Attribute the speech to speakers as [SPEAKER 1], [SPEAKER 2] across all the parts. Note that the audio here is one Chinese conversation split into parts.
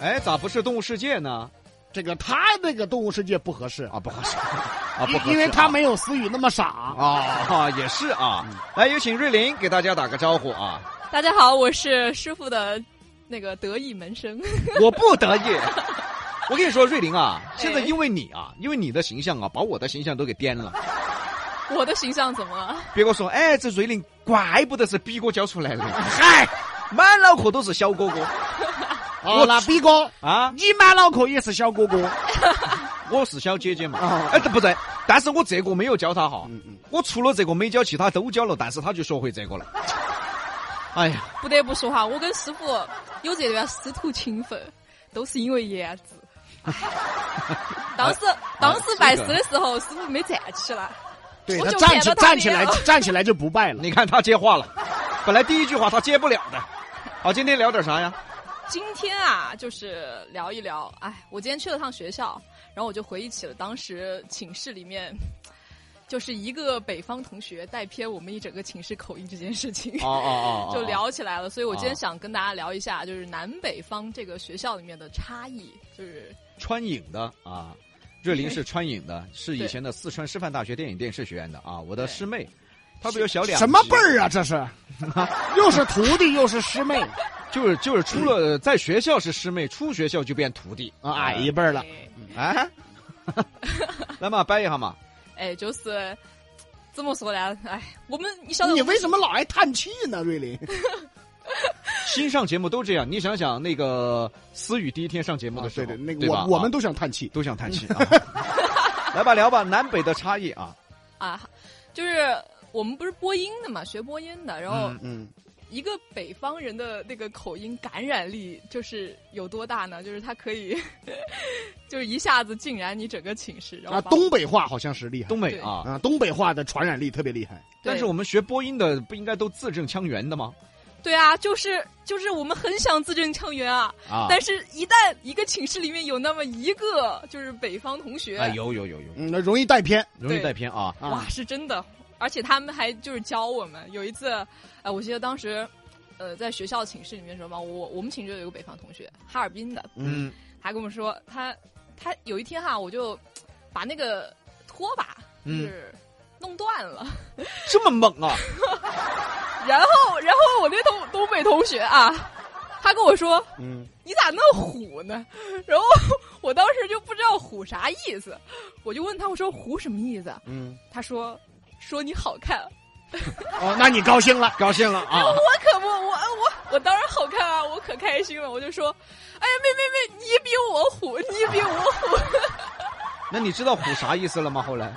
[SPEAKER 1] 哎，咋不是动物世界呢？
[SPEAKER 2] 这个他那个动物世界不合适
[SPEAKER 1] 啊，不合 适，啊，不合适啊，
[SPEAKER 2] 因为他没有思雨那么傻。
[SPEAKER 1] 啊啊， 也是啊。来，有请瑞林给大家打个招呼啊。
[SPEAKER 3] 大家好，我是师傅的那个得意门生。
[SPEAKER 1] 我不得意。 我跟你说，瑞林啊，现在因为你啊，因为你的形象啊，把我的形象都给颠了。
[SPEAKER 3] 我的形象怎么了？
[SPEAKER 1] 别跟我说，哎，这瑞林怪不得是逼哥教出来 的，
[SPEAKER 2] 嗨，
[SPEAKER 1] 满脑壳都是小 哥哥
[SPEAKER 2] 我那逼哥，
[SPEAKER 1] 啊。
[SPEAKER 2] 你满脑壳也是小哥哥。
[SPEAKER 1] 我是小姐姐嘛，
[SPEAKER 2] 哦
[SPEAKER 1] 哎，这不对，但是我这个没有教他哈，
[SPEAKER 2] 嗯嗯，
[SPEAKER 1] 我除了这个没教，其他都教了，但是他就学会这个 了。哎呀，
[SPEAKER 3] 不得不说哈，我跟师傅有这段师徒情分，都是因为颜值。当时当时拜师的时候，师傅没站起来，
[SPEAKER 2] 对
[SPEAKER 3] 我
[SPEAKER 2] 他
[SPEAKER 3] 就
[SPEAKER 2] 站
[SPEAKER 3] 见
[SPEAKER 2] 起
[SPEAKER 3] 到他
[SPEAKER 2] 站起来
[SPEAKER 3] 没有
[SPEAKER 2] 站起来就不拜了。
[SPEAKER 1] 你看他接话了，本来第一句话他接不了的。好，今天聊点啥呀？
[SPEAKER 3] 今天啊，就是聊一聊。哎，我今天去了趟学校，然后我就回忆起了当时寝室里面，就是一个北方同学带偏我们一整个寝室口音这件事情。
[SPEAKER 1] 哦哦哦，
[SPEAKER 3] 就聊起来了，所以我今天
[SPEAKER 1] 哦
[SPEAKER 3] 想跟大家聊一下，就是南北方这个学校里面的差异，就是
[SPEAKER 1] 川影的啊，瑞林是川影的，是以前的四川师范大学电影电视学院的啊，我的
[SPEAKER 3] 对
[SPEAKER 1] 师妹，她不有小两
[SPEAKER 2] 什么
[SPEAKER 1] 集
[SPEAKER 2] 辈儿啊？这是，啊又是徒弟又是师妹
[SPEAKER 1] 就是就是出了在学校是师妹，出学校就变徒弟
[SPEAKER 2] 啊，矮一辈儿了。
[SPEAKER 3] 哎
[SPEAKER 1] 啊。来嘛，掰一下嘛。
[SPEAKER 3] 哎，就是这么说呢，哎，我们你晓得
[SPEAKER 2] 你
[SPEAKER 3] 我们
[SPEAKER 2] 为什么老爱叹气呢，瑞林？
[SPEAKER 1] 新上节目都这样，你想想那个思雨第一天上节目的时
[SPEAKER 2] 对
[SPEAKER 1] 候，
[SPEAKER 2] 啊对，那个
[SPEAKER 1] 对吧
[SPEAKER 2] 我我
[SPEAKER 1] 啊
[SPEAKER 2] 们都想叹气。
[SPEAKER 1] 都想叹气啊。来吧，聊吧，南北的差异啊。
[SPEAKER 3] 啊，就是我们不是播音的嘛，学播音的，然后
[SPEAKER 1] 嗯
[SPEAKER 2] 嗯，
[SPEAKER 3] 一个北方人的那个口音感染力就是有多大呢？就是他可以， 就是一下子浸染你整个寝室，然后
[SPEAKER 2] 啊，
[SPEAKER 3] 把
[SPEAKER 2] 东北话好像是厉害
[SPEAKER 1] 东北啊，
[SPEAKER 2] 啊，东北话的传染力特别厉害。
[SPEAKER 1] 但是
[SPEAKER 3] 对
[SPEAKER 1] 我们学播音的不应该都字正腔圆的吗？
[SPEAKER 3] 对啊，就是就是我们很想字正腔圆啊，
[SPEAKER 1] 啊，
[SPEAKER 3] 但是一旦一个寝室里面有那么一个就是北方同学，
[SPEAKER 1] 哎，有有有有，
[SPEAKER 2] 嗯，那容易带偏
[SPEAKER 1] 容易
[SPEAKER 3] 对嗯
[SPEAKER 1] 带偏啊。
[SPEAKER 2] 啊
[SPEAKER 3] 哇，。是真的。而且他们还就是教我们，有一次，哎、我记得当时，呃，在学校寝室里面的时候嘛，我我们寝室有一个北方同学，哈尔滨的，
[SPEAKER 2] 嗯，
[SPEAKER 1] 嗯，
[SPEAKER 3] 他跟我们说，他他有一天哈，我就把那个拖把就
[SPEAKER 1] 嗯
[SPEAKER 3] 是弄断了，
[SPEAKER 1] 这么猛啊！
[SPEAKER 3] 然后然后我那东东北同学啊， 他跟我说，
[SPEAKER 2] 嗯，
[SPEAKER 3] 你咋那么虎呢？然后我当时就不知道虎啥意思，我就问他，我说虎什么意思啊？
[SPEAKER 2] 嗯，
[SPEAKER 3] 他说说你好看，啊
[SPEAKER 2] 哦，那你高兴了，
[SPEAKER 1] 高兴了啊！
[SPEAKER 3] 我可不，我我我当然好看啊，我可开心了，我就说，哎呀，妹妹妹，你比我虎，你比我虎。
[SPEAKER 1] 那你知道虎啥意思了吗？后来，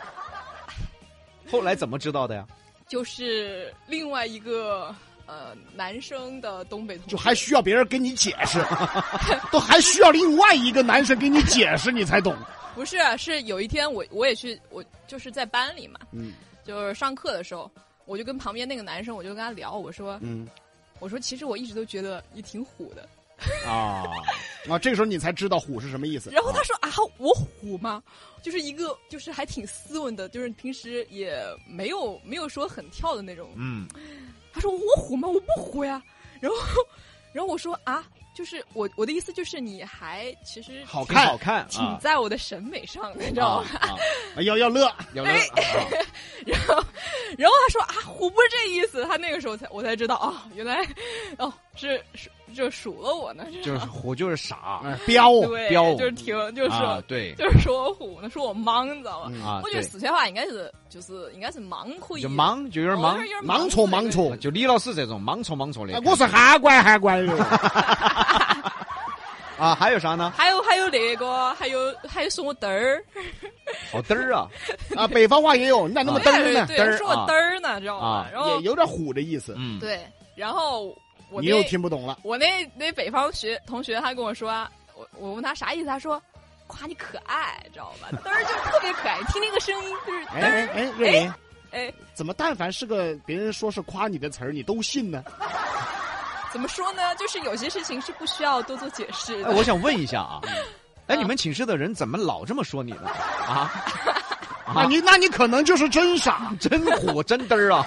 [SPEAKER 1] 后来怎么知道的呀？
[SPEAKER 3] 就是另外一个呃男生的东北同学，
[SPEAKER 2] 就还需要别人跟你解释， 都还需要另外一个男生给你解释，你才懂。
[SPEAKER 3] 不是啊是有一天我我也去我就是在班里嘛，
[SPEAKER 2] 嗯
[SPEAKER 3] 就是上课的时候，我就跟旁边那个男生我就跟他聊，我说
[SPEAKER 2] 嗯，
[SPEAKER 3] 我说其实我一直都觉得你挺虎的，
[SPEAKER 1] 啊，
[SPEAKER 2] 啊，这个时候你才知道虎是什么意思。
[SPEAKER 3] 然后他说啊，我虎吗？就是一个就是还挺斯文的，就是平时也没有没有说很跳的那种。
[SPEAKER 1] 嗯，
[SPEAKER 3] 他说我虎吗？我不虎呀。然后，然后我说啊，就是我我的意思就是你还其实
[SPEAKER 1] 好
[SPEAKER 2] 看
[SPEAKER 1] 好看
[SPEAKER 3] 挺
[SPEAKER 1] 啊，
[SPEAKER 3] 在我的审美上的，你知道
[SPEAKER 1] 啊
[SPEAKER 3] 吗？
[SPEAKER 1] 啊，
[SPEAKER 2] 啊要要乐，
[SPEAKER 1] 有
[SPEAKER 3] 哎
[SPEAKER 1] 了啊
[SPEAKER 3] 然后，然后他说啊，虎不是这意思。他那个时候才我才知道啊、原来哦是是就数落我呢，
[SPEAKER 1] 就是虎就是 傻
[SPEAKER 2] 哎彪
[SPEAKER 3] 对，
[SPEAKER 1] 彪
[SPEAKER 3] 就是挺嗯就是、
[SPEAKER 1] 啊，对
[SPEAKER 3] 就是说我虎呢，说我莽，你知道吗？
[SPEAKER 2] 嗯
[SPEAKER 1] 啊，
[SPEAKER 3] 我觉得
[SPEAKER 1] 对，
[SPEAKER 3] 四川话应该是就是应该是莽可以，
[SPEAKER 1] 就忙就有点
[SPEAKER 3] 哦
[SPEAKER 1] 忙，
[SPEAKER 3] 有点
[SPEAKER 2] 莽错莽错。
[SPEAKER 1] 就李老师这种莽错莽错的
[SPEAKER 2] 啊。我是哈管哈管 哟，
[SPEAKER 1] 啊，还有啥呢？
[SPEAKER 3] 还有还有那个，还有还有说我嘚儿，
[SPEAKER 1] 好嘚儿 啊，
[SPEAKER 2] 啊，北方话也有，你咋那么嘚哦儿呢？
[SPEAKER 3] 哎对
[SPEAKER 1] 嘚儿
[SPEAKER 3] 对，说我
[SPEAKER 1] 啊
[SPEAKER 3] 嘚儿呢，知道吗
[SPEAKER 1] 啊？
[SPEAKER 3] 然后
[SPEAKER 2] 也有点虎的意思，
[SPEAKER 1] 嗯，
[SPEAKER 3] 对，然后我
[SPEAKER 2] 你又
[SPEAKER 3] 那
[SPEAKER 2] 听不懂了。
[SPEAKER 3] 我那那北方学同学，他跟我说啊，我我问他啥意思，他说夸你可爱，知道 吧？嘚儿就是特别可爱，听那个声音就是
[SPEAKER 2] 哎
[SPEAKER 3] 嘚
[SPEAKER 2] 哎
[SPEAKER 3] 儿，
[SPEAKER 2] 哎，瑞林，
[SPEAKER 3] 哎，
[SPEAKER 2] 怎么但凡是个别人说是夸你的词儿，你都信呢？
[SPEAKER 3] 怎么说呢？就是有些事情是不需要多做解释
[SPEAKER 1] 哎，
[SPEAKER 3] 的。
[SPEAKER 1] 我想问一下啊，哎，你们寝室的人怎么老这么说你呢？啊，
[SPEAKER 2] 啊， 你那你可能就是真傻。
[SPEAKER 1] 真虎真嘚儿啊！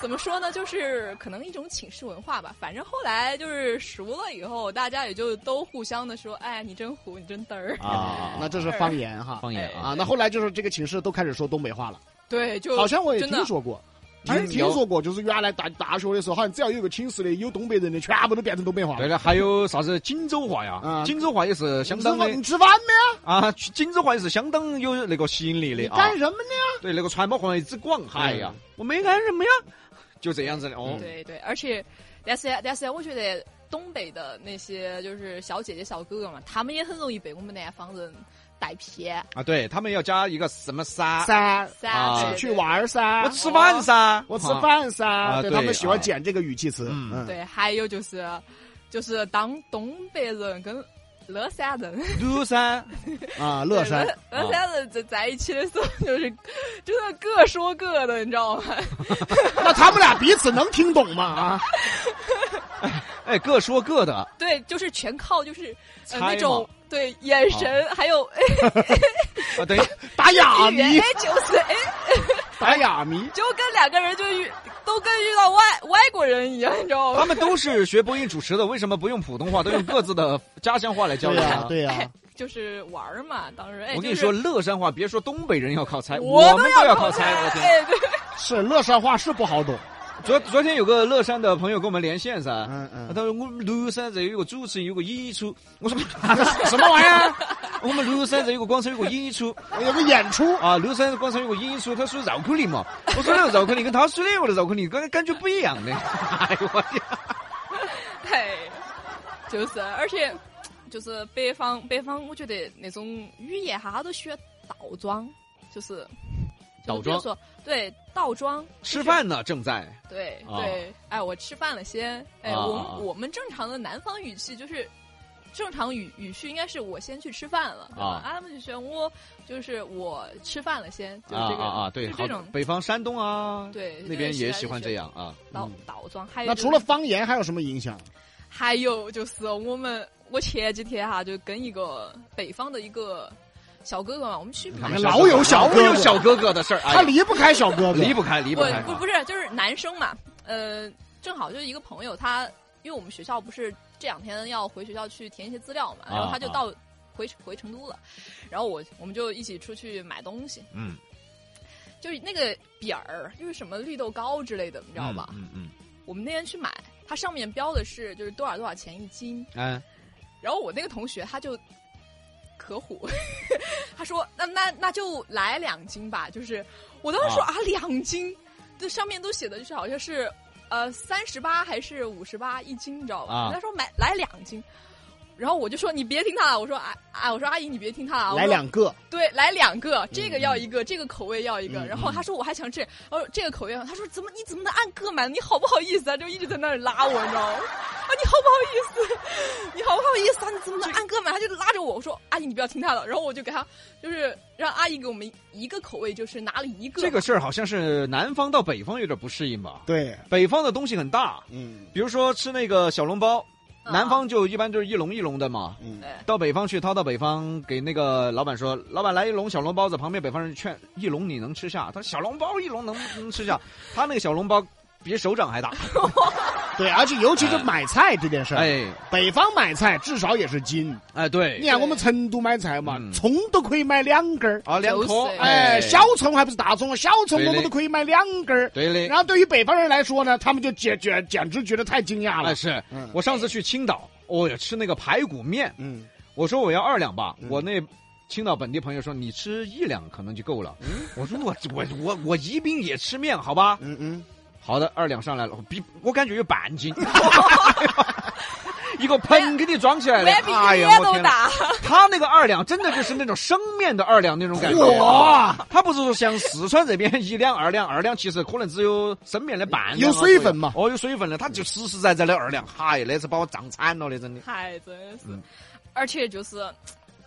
[SPEAKER 3] 怎么说呢？就是可能一种寝室文化吧。反正后来就是熟了以后，大家也就都互相的说：“哎，你真虎，你真嘚儿。
[SPEAKER 1] 啊，
[SPEAKER 2] 那这是方言哈
[SPEAKER 1] 方言啊，
[SPEAKER 3] 哎
[SPEAKER 2] 啊。那后来就是这个寝室都开始说东北话了，”
[SPEAKER 3] 对，就
[SPEAKER 2] 好像我也
[SPEAKER 3] 真的
[SPEAKER 2] 听说过，
[SPEAKER 1] 真的
[SPEAKER 2] 听听说过，就是原来大大学的时候，好像只要有个寝室的有东北人的，全部都变成东北话
[SPEAKER 1] 对
[SPEAKER 2] 了。
[SPEAKER 1] 了，还有啥子锦州话呀
[SPEAKER 2] 啊？
[SPEAKER 1] 锦州话也是相当的
[SPEAKER 2] 你吃饭没
[SPEAKER 1] 啊，锦州话也是相当有那个吸引力
[SPEAKER 2] 有？你
[SPEAKER 1] 的啊
[SPEAKER 2] 干。什么呢？
[SPEAKER 1] 对，那个传播范围之广，哎呀
[SPEAKER 2] 嗯，
[SPEAKER 1] 我没干什么呀，就这样子的哦。
[SPEAKER 3] 对对，而且，但是但是，我觉得东北的那些就是小姐姐、小哥哥们，他们也很容易被我们南方人带偏。
[SPEAKER 1] 啊，对他们要加一个什么啥？
[SPEAKER 2] 三，
[SPEAKER 3] 噻、
[SPEAKER 1] 啊
[SPEAKER 3] 对
[SPEAKER 2] 去。玩儿噻
[SPEAKER 1] 我，吃饭噻，
[SPEAKER 2] 我吃饭
[SPEAKER 1] 啊
[SPEAKER 2] 噻，对他
[SPEAKER 1] 对
[SPEAKER 2] 们喜欢
[SPEAKER 1] 啊
[SPEAKER 2] 捡这个语气词。
[SPEAKER 1] 嗯
[SPEAKER 3] 对对，还有就是，就是当东北人跟乐山人、
[SPEAKER 1] 庐山
[SPEAKER 2] 啊，乐 山
[SPEAKER 3] 对乐乐山人在在一起的时候，就是 真的各说各的，你知道吗？
[SPEAKER 2] 那他们俩彼此能听懂吗？啊，
[SPEAKER 1] 哎，各说各的，
[SPEAKER 3] 对，就是全靠就是、
[SPEAKER 1] 猜
[SPEAKER 3] 呃、那
[SPEAKER 1] 嘛
[SPEAKER 3] 种对眼神，还有哎
[SPEAKER 1] 啊，对，
[SPEAKER 2] 打哑
[SPEAKER 3] 语言，
[SPEAKER 2] 谜
[SPEAKER 3] 哎，就是哎，
[SPEAKER 2] 打哑谜，
[SPEAKER 3] 就跟两个人就遇都跟遇到外外国人一样，你知道 吗
[SPEAKER 1] 他？们都是学播音主持的，为什么不用普通话，都用各自的家乡话来交
[SPEAKER 2] 对
[SPEAKER 1] 流
[SPEAKER 2] 呀、
[SPEAKER 1] 呢？
[SPEAKER 2] 对呀、
[SPEAKER 3] 哎， 就是玩儿嘛，当时。哎，
[SPEAKER 1] 我跟你
[SPEAKER 3] 就是
[SPEAKER 1] 说，乐山话，别说东北人要靠猜，
[SPEAKER 3] 我
[SPEAKER 1] 们
[SPEAKER 3] 都
[SPEAKER 1] 都要靠
[SPEAKER 3] 靠
[SPEAKER 1] 猜。我天，
[SPEAKER 3] 哎，对，
[SPEAKER 2] 是乐山话是不好懂。
[SPEAKER 1] 昨昨天有个乐山的朋友跟我们连线噻，
[SPEAKER 2] 嗯嗯
[SPEAKER 1] 他说我们庐山这有个主持人有个演出，我说 什么玩意 儿？我们庐山这有个广场有个演出
[SPEAKER 2] 有个演出，
[SPEAKER 1] 啊，庐山广场有个演出，他说绕口令嘛，我说那个绕口令跟他说的我的绕口令感感觉不一样的， 哎呦我天，
[SPEAKER 3] 哎，就是，而且就是北方，北方，我觉得那种语言哈，它都需要倒装，就是
[SPEAKER 1] 倒
[SPEAKER 3] 比如
[SPEAKER 1] 装
[SPEAKER 3] 说对倒装，
[SPEAKER 1] 吃饭呢正在
[SPEAKER 3] 对
[SPEAKER 1] 啊
[SPEAKER 3] 对，哎，我吃饭了先，哎，
[SPEAKER 1] 啊
[SPEAKER 3] 我
[SPEAKER 1] 啊啊
[SPEAKER 3] 们我们正常的南方语气就是。正常语语序应该是我先去吃饭了，对吧
[SPEAKER 1] 啊
[SPEAKER 3] 啊，他们就选我就是我吃饭了先，就
[SPEAKER 1] 啊
[SPEAKER 3] 这个，
[SPEAKER 1] 啊啊，对，
[SPEAKER 3] 就
[SPEAKER 1] 好
[SPEAKER 3] 这种，
[SPEAKER 1] 北方山东啊，
[SPEAKER 3] 对，
[SPEAKER 1] 那边也喜
[SPEAKER 3] 喜
[SPEAKER 1] 欢这样啊，
[SPEAKER 3] 倒
[SPEAKER 2] 嗯
[SPEAKER 3] 倒装。还有
[SPEAKER 2] 那
[SPEAKER 3] 就
[SPEAKER 2] 除
[SPEAKER 3] 是
[SPEAKER 2] 了方言还有什么影响？
[SPEAKER 3] 还有就是我们，我前几天哈就跟一个北方的一个小哥哥嘛，我们去
[SPEAKER 1] 他
[SPEAKER 3] 爬
[SPEAKER 1] 们
[SPEAKER 2] 老有小哥哥
[SPEAKER 1] 老有小哥哥的事儿，哎
[SPEAKER 2] 他离不开小哥哥，
[SPEAKER 1] 离不开离不
[SPEAKER 3] 我
[SPEAKER 1] 开，啊
[SPEAKER 3] 不不是就是男生嘛，呃，正好就是一个朋友，他因为我们学校不是这两天要回学校去填一些资料嘛，
[SPEAKER 1] 啊
[SPEAKER 3] 然后他就到回回成都了，然后我我们就一起出去买东西，
[SPEAKER 1] 嗯，
[SPEAKER 3] 就是那个饼儿，就是什么绿豆糕之类的，你知
[SPEAKER 1] 知
[SPEAKER 3] 道吧？
[SPEAKER 1] 嗯嗯
[SPEAKER 3] 我们那天去买，它上面标的是就是多少多少钱一斤，
[SPEAKER 1] 嗯，
[SPEAKER 3] 然后我那个同学他就可虎， 他说那那那就来两斤吧，就是我当时说
[SPEAKER 1] 啊
[SPEAKER 3] 啊两斤，这上面都写的就是好像是呃三十八还是五十八一斤，你知道吧？
[SPEAKER 1] 啊
[SPEAKER 3] 他说买来两斤。然后我就说你别听他了，我说啊啊，我说阿姨你别听他了，我
[SPEAKER 2] 来
[SPEAKER 3] 说
[SPEAKER 2] 两个，
[SPEAKER 3] 对，来两
[SPEAKER 1] 嗯
[SPEAKER 3] 个，这个要一个，这个口味要一个。
[SPEAKER 2] 嗯
[SPEAKER 3] 然后他说我还想这，哦，这个口味要，他说怎么你怎么能按个买呢？你好不好意思啊？就一直在那儿拉我，你知道吗？啊，你好不好意思？你好不好意思啊？你怎么能按个买？他就拉着我，我说阿姨你不要听他的。然后我就给他就是让阿姨给我们一个口味，就是拿了一个。
[SPEAKER 1] 这个事儿好像是南方到北方有点不适应吧？
[SPEAKER 2] 对，
[SPEAKER 1] 北方的东西很大，
[SPEAKER 2] 嗯
[SPEAKER 1] 比如说吃那个小笼包，
[SPEAKER 3] 啊
[SPEAKER 1] 南方就一般就是一笼一笼的嘛。
[SPEAKER 2] 嗯
[SPEAKER 3] 对
[SPEAKER 1] 到北方去，他到北方给那个老板说：“老板来一笼小笼包子。”旁边北方人劝：“一笼你能吃下？”他说：“小笼包一笼能能吃下。”他那个小笼包比手掌还 大。
[SPEAKER 2] 对，而且尤其是买菜这件事儿，
[SPEAKER 1] 哎
[SPEAKER 2] 北方买菜至少也是斤。
[SPEAKER 1] 哎，
[SPEAKER 2] 你
[SPEAKER 1] 对
[SPEAKER 2] 看我们成都买菜嘛
[SPEAKER 1] 嗯，
[SPEAKER 2] 葱都可以买两根儿，
[SPEAKER 1] 啊，两颗
[SPEAKER 3] 就是
[SPEAKER 2] 哎，小葱还不是大葱，啊小葱
[SPEAKER 1] 对哎
[SPEAKER 2] 我
[SPEAKER 1] 嘞
[SPEAKER 2] 们都可以买两根儿。
[SPEAKER 1] 对嘞
[SPEAKER 2] 然，后对于北方人来说呢，他们就简简简直觉得太惊讶
[SPEAKER 1] 哎
[SPEAKER 2] 了。
[SPEAKER 1] 是
[SPEAKER 2] 嗯
[SPEAKER 1] 我上次去青岛，我也吃那个排骨面，
[SPEAKER 2] 嗯，
[SPEAKER 1] 我说我要二两吧，
[SPEAKER 2] 嗯
[SPEAKER 1] 我那。青岛本地朋友说：“你吃一两可能就够了。”
[SPEAKER 3] 嗯
[SPEAKER 1] 我说我：“我我我我宜宾也吃面，好吧？”
[SPEAKER 2] 嗯嗯，
[SPEAKER 1] 好的，二两上来了，我比我感觉有半 斤，一个盆给你装起来了
[SPEAKER 3] 我也，比
[SPEAKER 1] 哎
[SPEAKER 3] 你
[SPEAKER 1] 呀，我
[SPEAKER 3] 都
[SPEAKER 1] 天哪！
[SPEAKER 3] 大。
[SPEAKER 1] 他那个二两真的就是那种生面的二两那种感觉，
[SPEAKER 2] 哇，
[SPEAKER 1] 他不是说像四川这边一两、二两、二两，其实可能只有生面的半两
[SPEAKER 2] 有
[SPEAKER 1] 啊
[SPEAKER 2] 水分嘛
[SPEAKER 1] 哦，有水分了，他就实实在在的二两，嗨，那次把我胀惨了的，真的。
[SPEAKER 3] 嗨，哎真的是，
[SPEAKER 1] 嗯
[SPEAKER 3] 而且就是，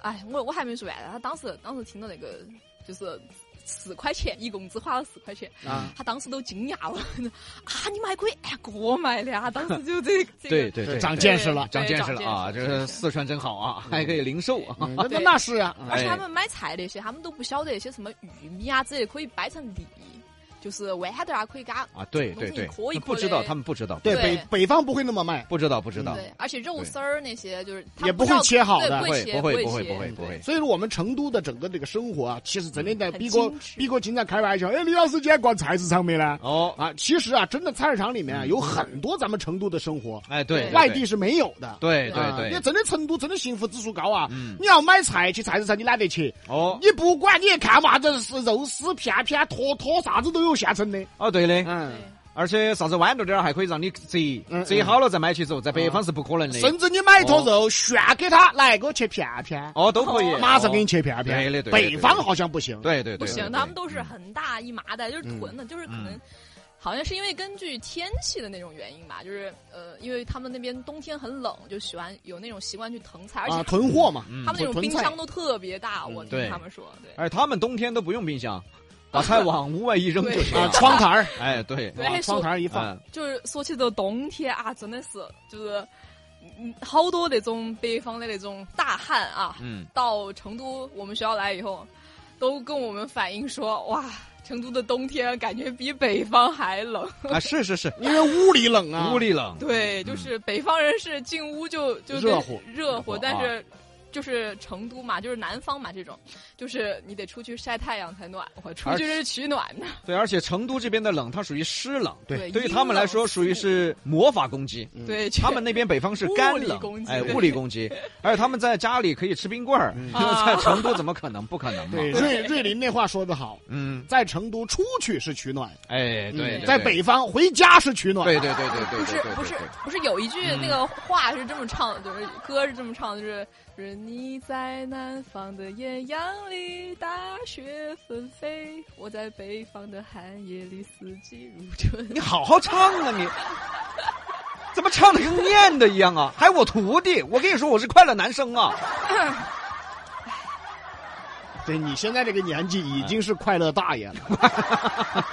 [SPEAKER 3] 哎，我我还没说完呢。他当时当时听到那个就是四块钱，一共只花了四块钱，
[SPEAKER 2] 啊
[SPEAKER 3] 他当时都惊讶了 啊！你买贵，哎呀，我买的啊！当时就这这个
[SPEAKER 1] 对对
[SPEAKER 2] 这
[SPEAKER 1] 对，
[SPEAKER 2] 长
[SPEAKER 3] 对
[SPEAKER 2] 见识了
[SPEAKER 3] 对
[SPEAKER 1] 长见识
[SPEAKER 3] 长
[SPEAKER 1] 了啊！这
[SPEAKER 3] 见识
[SPEAKER 1] 个四川真好啊，还可以零售啊。
[SPEAKER 2] 嗯那那
[SPEAKER 3] 对
[SPEAKER 2] 那是啊，嗯
[SPEAKER 3] 而且
[SPEAKER 1] 哎
[SPEAKER 3] 他们买菜那些，他们都不晓得一些什么玉米啊之类的可以掰成粒，就是为啥都也可以干。
[SPEAKER 1] 啊，对对
[SPEAKER 3] 农村
[SPEAKER 1] 对
[SPEAKER 3] 也可以，
[SPEAKER 1] 不
[SPEAKER 3] 可
[SPEAKER 1] 知道嗯
[SPEAKER 3] 嘞
[SPEAKER 1] 他们不知道，
[SPEAKER 2] 对
[SPEAKER 3] 对
[SPEAKER 2] 北北方不会那么卖，
[SPEAKER 1] 不知道不知道，
[SPEAKER 3] 对，而且肉
[SPEAKER 1] 对
[SPEAKER 3] 丝儿那些就是他
[SPEAKER 2] 也
[SPEAKER 3] 不
[SPEAKER 2] 会
[SPEAKER 3] 知道
[SPEAKER 2] 切好
[SPEAKER 3] 对
[SPEAKER 2] 的
[SPEAKER 3] 不。
[SPEAKER 1] 会
[SPEAKER 3] 切
[SPEAKER 1] 不会
[SPEAKER 3] 不
[SPEAKER 1] 不
[SPEAKER 3] 会
[SPEAKER 1] 会
[SPEAKER 3] 切
[SPEAKER 1] 不会不会，
[SPEAKER 2] 所以说，我们成都的整个这个生活啊，其实真的在
[SPEAKER 3] 嗯很
[SPEAKER 2] 逼哥
[SPEAKER 3] 精致
[SPEAKER 2] 逼哥经常开玩笑，哎，李老师今天逛菜市场没呢？
[SPEAKER 1] 哦，
[SPEAKER 2] 啊，其实啊，真的菜市场里面啊，有很多咱们成都的生活，
[SPEAKER 1] 哎嗯对，
[SPEAKER 3] 对
[SPEAKER 2] 外地是没有的。
[SPEAKER 1] 对对
[SPEAKER 2] 啊
[SPEAKER 1] 对
[SPEAKER 2] 因为
[SPEAKER 1] 对，
[SPEAKER 2] 真的成都真的幸福指数高啊！
[SPEAKER 1] 嗯
[SPEAKER 2] 你要买菜去菜市场，你懒得去。
[SPEAKER 1] 哦
[SPEAKER 2] 你不管你看嘛子是肉丝、片片、坨坨，啥子都有现成的。
[SPEAKER 1] 哦对的，
[SPEAKER 2] 嗯，
[SPEAKER 1] 而且啥子豌豆点儿还可以让你折，
[SPEAKER 2] 嗯
[SPEAKER 1] 折好了再买起走，在北方是不可能的
[SPEAKER 2] 甚，至你买一坨肉，炫给他，来给我切片片，
[SPEAKER 1] 哦都可以，
[SPEAKER 2] 马上给你
[SPEAKER 1] 哦，
[SPEAKER 2] 切片片。
[SPEAKER 1] 对的对的
[SPEAKER 2] 北方好像不行。
[SPEAKER 1] 对对对，
[SPEAKER 3] 不
[SPEAKER 1] 对
[SPEAKER 3] 行，
[SPEAKER 1] 对
[SPEAKER 3] 他们都是
[SPEAKER 1] 嗯
[SPEAKER 3] 很大一麻袋，就是囤的，就是可能
[SPEAKER 1] 嗯
[SPEAKER 3] 好像是因为根据天气的那种原因吧，就是呃，因为他们那边冬天很冷，就喜欢有那种习惯去囤菜，而且
[SPEAKER 2] 啊，
[SPEAKER 3] 他
[SPEAKER 2] 囤货嘛。
[SPEAKER 1] 嗯
[SPEAKER 3] 他们那种
[SPEAKER 2] 囤
[SPEAKER 3] 冰
[SPEAKER 2] 菜
[SPEAKER 3] 箱都特别大，我
[SPEAKER 2] 嗯
[SPEAKER 1] 对
[SPEAKER 3] 听他们说，对，
[SPEAKER 1] 哎，他们冬天都不用冰箱，把菜往屋外一扔就行
[SPEAKER 2] 啊
[SPEAKER 1] 了，，
[SPEAKER 2] 窗台儿，
[SPEAKER 1] 哎对，
[SPEAKER 3] 对
[SPEAKER 2] 啊窗台儿一放，
[SPEAKER 1] 嗯
[SPEAKER 3] 就是说起这冬天啊，真的是就是嗯，好多那种北方的那种大汉啊，
[SPEAKER 1] 嗯，
[SPEAKER 3] 到成都我们学校来以后，都跟我们反映说，哇，成都的冬天感觉比北方还冷。
[SPEAKER 1] 啊是是是，
[SPEAKER 2] 因为屋里冷啊，
[SPEAKER 1] 屋里冷，
[SPEAKER 3] 对，就是北方人是进屋就就
[SPEAKER 2] 热乎
[SPEAKER 3] 跟热
[SPEAKER 1] 嗯乎啊
[SPEAKER 3] 乎，但是就是成都嘛，就是南方嘛，这种就是你得出去晒太阳才暖和，出
[SPEAKER 1] 而
[SPEAKER 3] 去是取暖的。
[SPEAKER 1] 对，而且成都这边的冷，它属于湿冷，
[SPEAKER 3] 哎
[SPEAKER 2] 对
[SPEAKER 1] 对于他们来说属于是魔法攻 击。
[SPEAKER 2] 嗯
[SPEAKER 3] 对
[SPEAKER 1] 他们那边北方是干
[SPEAKER 3] 物理
[SPEAKER 1] 冷
[SPEAKER 3] 攻，击
[SPEAKER 1] 哎，
[SPEAKER 3] 对
[SPEAKER 1] 物理攻击，而且他们在家里可以吃冰棍儿
[SPEAKER 2] 嗯，
[SPEAKER 3] 啊
[SPEAKER 1] 在成都怎么可能？不可能嘛。
[SPEAKER 2] 对，瑞瑞林那话说得好，
[SPEAKER 1] 嗯，
[SPEAKER 2] 在成都出去是取暖，
[SPEAKER 1] 哎，对
[SPEAKER 2] 嗯，
[SPEAKER 1] 对
[SPEAKER 2] 在，北方回家是取暖。
[SPEAKER 1] 对对对对对，
[SPEAKER 3] 不是
[SPEAKER 1] 对
[SPEAKER 3] 不是
[SPEAKER 1] 对对
[SPEAKER 3] 不是有一句
[SPEAKER 1] 嗯
[SPEAKER 3] 那个话是这么唱的，就是歌是这么唱的，就是就是你在南方的艳阳里大雪纷飞，我在北方的寒夜里四季如春。
[SPEAKER 1] 你好好唱啊你。怎么唱的跟念的一样啊？还我徒弟，我跟你说我是快乐男生啊！
[SPEAKER 2] 对你现在这个年纪已经是快乐大爷了。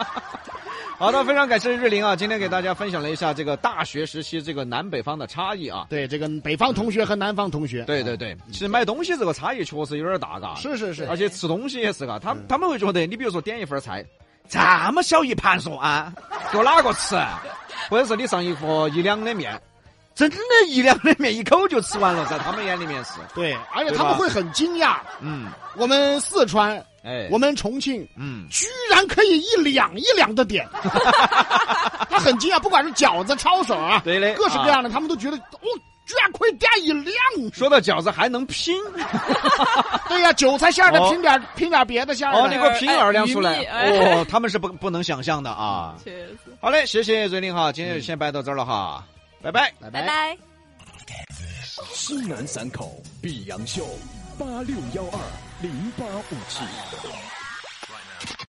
[SPEAKER 1] 好的，非常感谢瑞林啊，今天给大家分享了一下这个大学时期这个南北方的差异啊。
[SPEAKER 2] 对这个北方同学和南方同学，啊
[SPEAKER 1] 对对对，其实买东西这个差异确实有点大嘎。
[SPEAKER 2] 嗯是嗯是是
[SPEAKER 1] 而。且吃东西也是嘎，他他们会觉得，你比如说点一份菜，这么小一盘嗦啊， 够哪个吃？啊或者是你上一锅一两的面，真的，一两的面一口就吃完了，在他们眼里面是，
[SPEAKER 2] 对，而且
[SPEAKER 1] 对
[SPEAKER 2] 他们
[SPEAKER 1] 吧
[SPEAKER 2] 会很惊讶，
[SPEAKER 1] 嗯，
[SPEAKER 2] 我们四川，
[SPEAKER 1] 哎，
[SPEAKER 2] 我们重庆，
[SPEAKER 1] 嗯，
[SPEAKER 2] 居然可以一两一两的 点，他很惊讶，不管是饺子、抄手啊，
[SPEAKER 1] 对嘞，
[SPEAKER 2] 各式各
[SPEAKER 1] 啊。
[SPEAKER 2] 样的，他们都觉得哦，居然可以点一两。
[SPEAKER 1] 说到饺子还能拼，
[SPEAKER 2] 对呀、韭菜馅儿的
[SPEAKER 1] 哦
[SPEAKER 2] 拼点儿拼点儿别的馅儿
[SPEAKER 1] 哦，
[SPEAKER 2] 的。
[SPEAKER 1] 你给我拼二两出来，
[SPEAKER 3] 哎鱼米哎
[SPEAKER 1] 哦，他们是不不能想象的啊。
[SPEAKER 3] 确实，
[SPEAKER 1] 好嘞，谢谢瑞林哈，今天就先掰到这儿了哈，拜拜。
[SPEAKER 2] 拜
[SPEAKER 3] 拜。拜。
[SPEAKER 4] 西南散口碧阳秀八六幺二零八五七。